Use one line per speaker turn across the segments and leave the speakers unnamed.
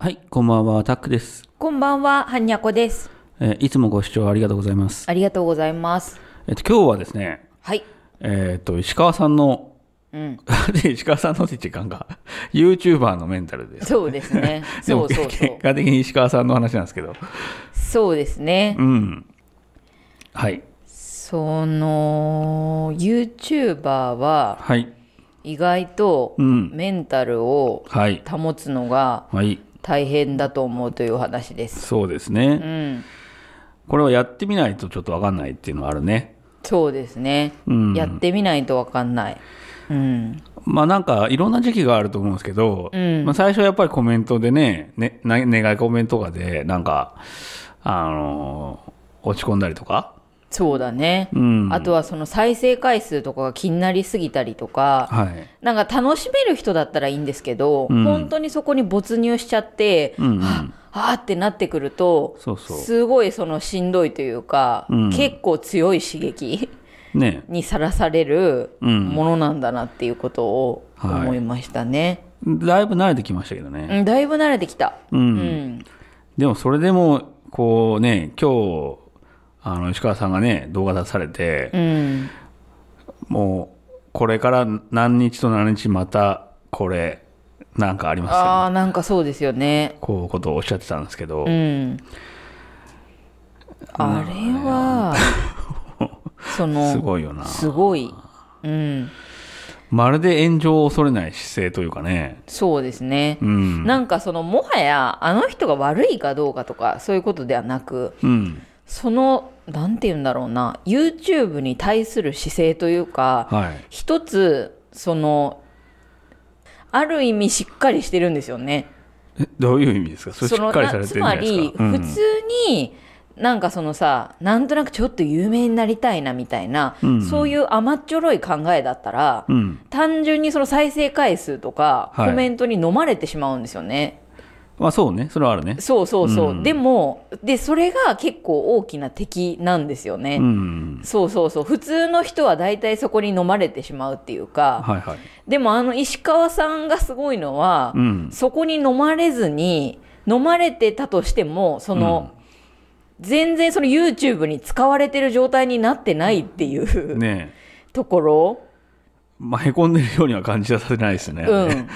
はい、こんばんは、タックです。
こんばんは、はんにゃこです。
えーいつもご視聴ありがとうございます。
ありがとうございます。
えっと、今日はですね、
はい。
えーっと、石川さんの、
うん。
石川さんのって時間が、YouTuber のメンタルです。。
そうです ねそう
でも
そうそ
結
う。
果的に石川さんの話なんですけど、
そうですね
う。ん。はい。
その、YouTuber は
はい。
意外と
うん
メンタルを
はい。
保つのが
はい。
大変だと思うというお話です。
そうです
う
ね。
ん。
これはやってみないとちょっとわかんないっていうのはあるね。
そうですね。
うん
やってみないとわかんない。うん。
まあなんかいろんな時期があると思うんですけど、
うん
まあ、最初はやっぱりコメントでねねな願いコメントとかでなんかあのー落ち込んだりとか、
そうだね。
うん、
あとはその再生回数とかが気になりすぎたりとか、
はい、
なんか楽しめる人だったらいいんですけど、
うん
本当にそこに没入しちゃって、
うんうん
はあはあってなってくると
そうそう
すごいそのしんどいというか、
うん
結構強い刺激
ね
にさらされる
うん
ものなんだなっていうことを
はい
思いましたね、
だいぶ慣れてきましたけどね、
うんだいぶ慣れてきた、
うん
うん
でもそれでもこうね今日あの石川さんがね動画出されて、
うん
もうこれから何日と何日またこれなんかありますよ、
あ
ね、
あなんかそうですよね
こうことをおっしゃってたんですけど、
うんあれは その
すごいよな
すごいうん
まるで炎上を恐れない姿勢というかね。
そうですね、
うん。
なんかそのもはやあの人が悪いかどうかとかそういうことではなく
うん。
そのなんて言うんだろうな YouTube に対する姿勢というか
はい。
一つそのある意味しっかりしてるんですよね。
えどういう意味ですかそれし
の
っかりされてるんじゃないですか。
つまり
うん
普通に、なんかそのさなんとなくちょっと有名になりたいなみたいな、
うん
そういう甘っちょろい考えだったら、
うん。
単純にその再生回数とか、
はい
コメントに飲まれてしまうんですよね。
まあそうね。それはあるね。
そうそうそう、
うん
でもでそれが結構大きな敵なんですよね、
うん。
そうそうそう普通の人は大体そこに飲まれてしまうっていうか
はいはい。
でもあの石川さんがすごいのは、
うん。
そこに飲まれずに飲まれてたとしてもその、全然その YouTube に使われてる状態になってないっていう、
ねえ。
ところ
まあ、へこんでるようには感じさせないですね。
うん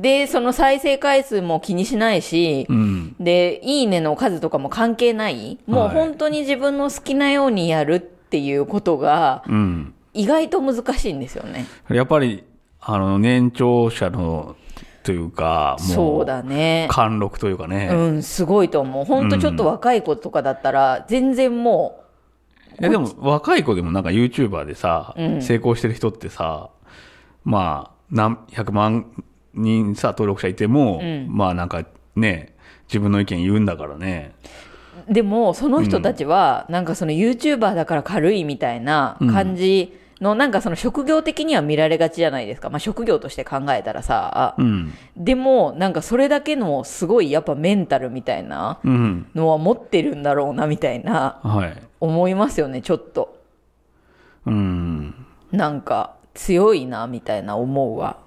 でその再生回数も気にしないし、
うん。
で、いいねの数とかも関係ない。もう
はい
本当に自分の好きなようにやるっていうことが、
うん。
意外と難しいんですよね。
やっぱり、あの、年長者の、というか、もう、
そうだね。
貫禄というか
う
ね。
ん、すごいと思う。本当ちょっと若い子とかだったら、全然も
えでも、若い子でもなんか YouTuber でさ、
うん
成功してる人ってさ、まあ、何百万人さ、登録者いても、
うん
まあなんかね、自分の意見言うんだからね。
う、でもその人たちは、なんかその YouTuber だから軽いみたいな感じの、なんかその職業的には見られがちじゃないですか。まあ職業として考えたらさ。
うん。
でも、なんかそれだけのすごいやっぱメンタルみたいな。
うん。
のは持ってるんだろうなみたいな
はい。
思いますよねちょっと
うん。
なんか強いなみたいな思うわ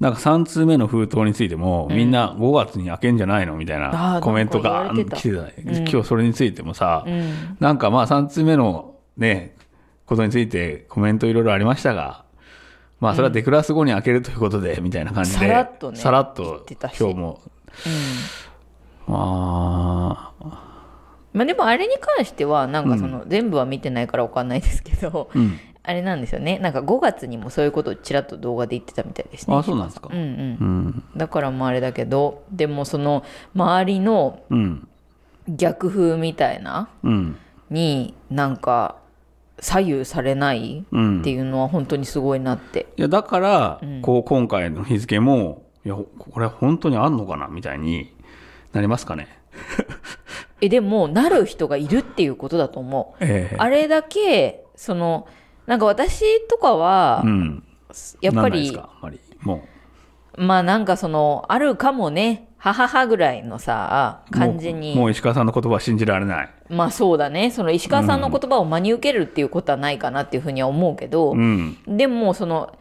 なんか3通目の封筒についても、みんな5月に開けんじゃないのみたい
あ
な
ー
コメント
な
が
んか言われてた
来てた。今日それについてもさ、
うん
なんかまあ3通目のね、ことについてコメントいろいろありましたが、まあそれはデクラス後に開けるということで、みたいな感じで。
さらっとね
さらっと
てたし
今日も。まあ、
まあでもあれに関してはなんかその全部は見てないからわかんないですけど、
うん。
あれなんですよねなんか5月にもそういうことをちらっと動画で言ってたみたいですね
あ、そうなんですか
うん。う
う
ん
ん。
だからもうあれだけどでもその周りの
うん。
逆風みたいな
うん。
になんか左右されない
うん
っていうのは本当にすごいなって
いや、だから、こう、今回の日付も、いや、これ本当にあんのかなみたいになりますかね。
えでもなる人がいるっていうことだと思う
ええ
あれだけそのなんか私とかは、
うん。
やっ
な
ぱ
んないで
り
すかあんまり。も
まあなんかそのあるかもねはははぐらいのさ
う。
感じ
もうも
に
う石川さんの言葉は信じられない。
まあそうだねその石川さんの言葉を真に受けるっていうことはないかなっていうふうには思うけど
う、ん。
でもその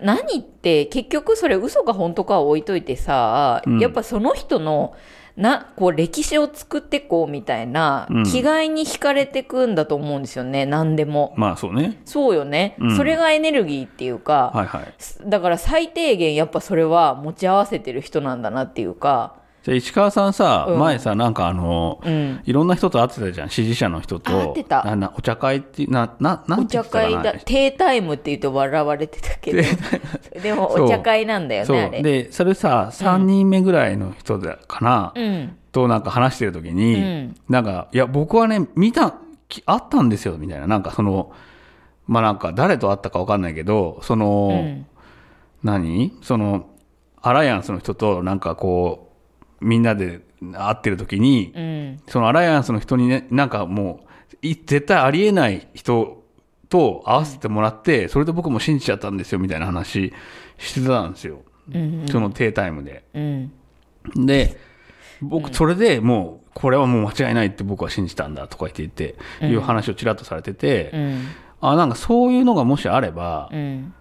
何って結局それ嘘か本当かは置いといてさ、
うん
やっぱその人のなこう歴史を作ってこうみたいな
うん
気概に惹かれてくんだと思うんですよね、何でも
まあそうね。
そうよね、
うん
それがエネルギーっていうか、
はいはい。
だから最低限やっぱそれは持ち合わせてる人なんだなっていうか
じゃあ石川さんさ、
うん
前さ、なんかあの、
うん
いろんな人と会ってたじゃん。支持者の人と。
あ会ってた
ななお茶会って、な、な、なん
お
て言
茶
ってたか
会
な
だテータイムって言うと笑われてたけどでもお茶会なんだよ
そ
ねあ
う。
れ
で、それさ、3人目ぐらいの人だかな、
うん
となんか話してる時に、
うん
なんか、いや、僕はね、見た、きあったんですよ、みたいな。なんかその、まあなんか誰と会ったかわかんないけど、その、
うん
何そのアライアンスの人となんかこうみんなで会ってる時に、
うん
そのアライアンスの人にねなんかもうい絶対ありえない人と会わせてもらって、それで僕も信じちゃったんですよみたいな話してたんですよ、
うん
その低タイムで
うん
で僕それでもうこれはもう間違いないって僕は信じたんだとか言っていて、いう話をちらっとされてて、
うん
あなんかそういうのがもしあれば、
うん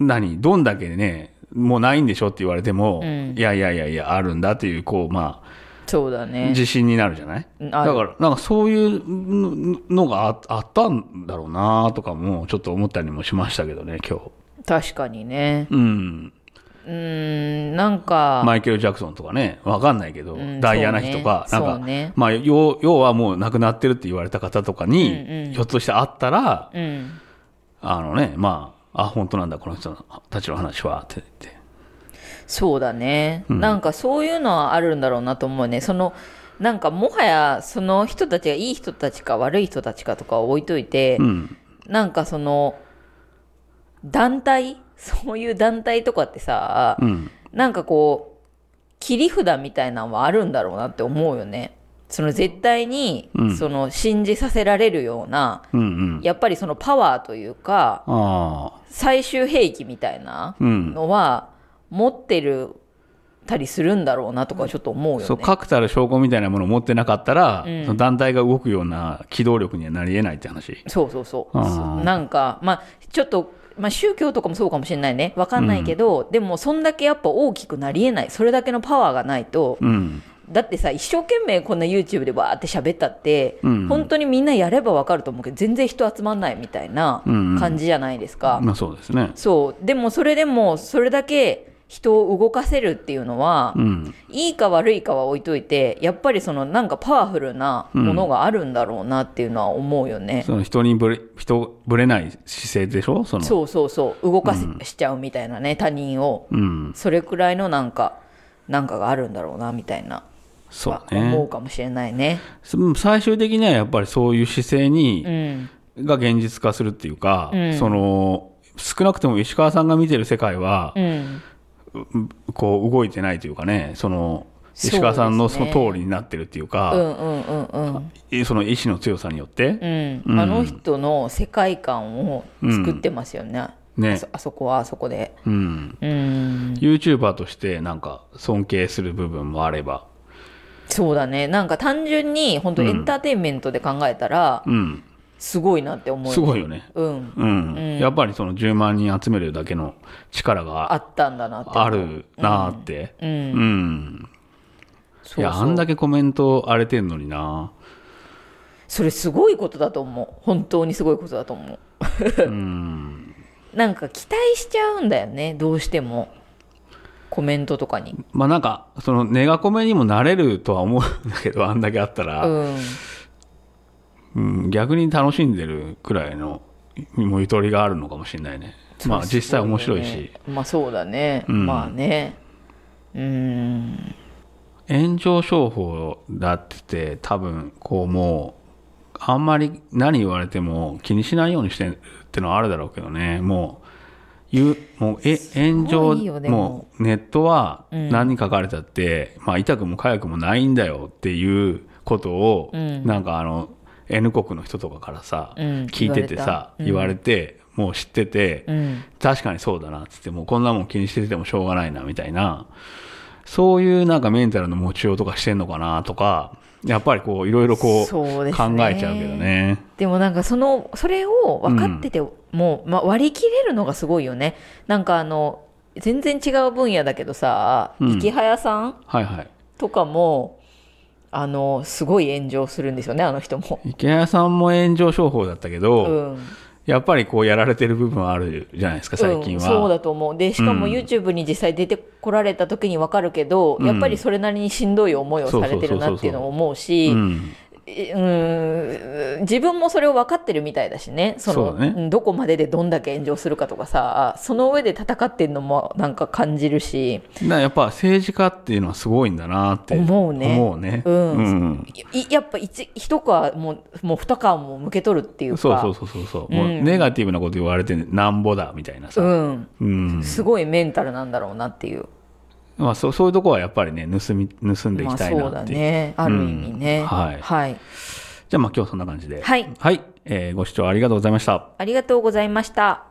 何どんだけね、もうないんでしょって言われても、
うん
いやいやいやいや、あるんだっていう、こう、ま
そうだ
あ、
ね
自信になるじゃないだ
あ
から、なんかそういうののがああったんだろうなとかも、ちょっと思ったりもしましたけどね、今日。
確かにね
うん。
うーんなんか、
マイケル・ジャクソンとかね、わかんないけど、
うん
ダイアナ妃とか、
そうね
なん
そ
か、
うね
まあ要、要はもう亡くなってるって言われた方とかに、
うんうん
ひょっとしてあったら、
うん
あのね、まあ、あ、本当なんだ、この人たちの話は、って言って。
そうだね、なんかそういうのはあるんだろうなと思うねそのなんかもはやその人たちがいい人たちか悪い人たちかとかは置いといて、
うん。
なんかその団体 そういう団体とかってさ、
うん。
なんかこう切り札みたいなのはあるんだろうなって思うよねその絶対に、
うん
その信じさせられるような
うんうん。
やっぱりそのパワーというか
ああ。
最終兵器みたいな
うん。
のは持ってるたりするんだろうなとかちょっと思うよね。
そう、確たる証拠みたいなものを持ってなかったら、
うん
その団体が動くような機動力にはなり得ないって話。
そうそうそう
あー
そうなんかまあちょっと、まあ、宗教とかもそうかもしれないねわかんないけど、でもそんだけやっぱ大きくなりえないそれだけのパワーがないと
うん。
だってさ一生懸命こんな YouTube でわーって喋ったって、
うん
本当にみんなやればわかると思うけど全然人集まんないみたいな
うんうん
感じじゃないですか。
まあそうですね。
そうでもそれでもそれだけ人を動かせるっていうのは、
うん。
いいか悪いかは置いといてやっぱりそのなんかパワフルなものがあるんだろうなっていうのは思うよね、
その人にぶれ、人、ぶれない姿勢でしょその。
そうそうそう動かせ、しちゃうみたいなね他人を
うん。
それくらいのなんかなんかがあるんだろうなみたいな、
そう
思
ね
う。かもしれないね
す最終的にはやっぱりそういう姿勢に
う、ん
が現実化するっていうか、
うん
その、少なくとも石川さんが見てる世界は
う、ん
こう動いてないというかね、その、
そうですね
石川さんのその通りになってるっていう
う
か、
んうんうんうん
その意志の強さによって、
うんあの人の世界観を作ってますよね、
ね
あそあそこはあそこで
うん。
うん
ユーチューバーとしてなんか尊敬する部分もあれば。
そうだねなんか単純に本当エンターテインメントで考えたら
うん。
すごいなって思う、
すごいよね。
うん、
うん。やっぱりその10万人集めるだけの力
あ
が
ったんだなって
あるなーって。
う
うんん。い
そうそう
や、あんだけコメント荒れてんのにな。
それすごいことだと思う本当にすごいことだと思う なんか期待しちゃうんだよねどうしてもコメントとかに
まあなんか、そのネガコメにもなれるとは思うんだけど、 あんだけあった
う
ら、
ん
うん、逆に楽しんでるくらいの、もうゆとりがあるのかもしれないね。まあ実際面白いし、
まあそうだね、
ん
まあねうん
炎上商法だってて多分こうもうあんまり何言われても気にしないようにしてるってのはあるだろうけどねもう言うもうえ炎
ご
上
いよでも
もうネットは何書かれたって、まあ痛くも痒くもないんだよっていうことを、
うん
なんかあの N 国の人とかからさ、
うん
聞いててさ言
言
わ
わ
れて、もう知ってて、
うん
確かにそうだなっつってもうこんなもん気にしててもしょうがないなみたいなそういうなんかメンタルの持ちようとかしてんのかなとかやっぱりこういろいろこう考
そう
え
で
ちゃ
す
う
ね
けどね
でもなんかそのそれを分かってて、もう、まあ、割り切れるのがすごいよねなんかあの全然違う分野だけどさ、
うん
生きはやさん
はいはい
とかもあのすごい炎上するんですよねあの人も。
池谷さんも炎上商法だったけど、
うん、
やっぱりこうやられてる部分はあるじゃないですか最近
うん
は、
そうだと思うでしかも YouTube に実際出てこられた時に分かるけど、やっぱりそれなりにしんどい思いをされてるなっていうのを思うし
うん
えうん自分もそれを分かってるみたいだしねそ
そ
の
うだね
うんどこまででどんだけ炎上するかとかさその上で戦ってんのもなんか感じるし
だからやっぱ政治家っていうのはすごいんだなって
思うね
思うね
うん
うん
いやっぱ一一皮ももう二皮も向け取るっていうか
そうそうそうそうそう、もううんネガティブなこと言われてなんぼだみたいなさ、
うん、
うん
すごいメンタルなんだろうなっていう
まあ、そうそういうとこはやっぱりね盗み盗んでい
ま
き
あ
たい
そ
な
うだ
っていう,、
ねある意味ね、
うんはい
はい、
じゃあまあ今日はそんな感じでは
はい
はい、えーご視聴ありがとうございました
ありがとうございました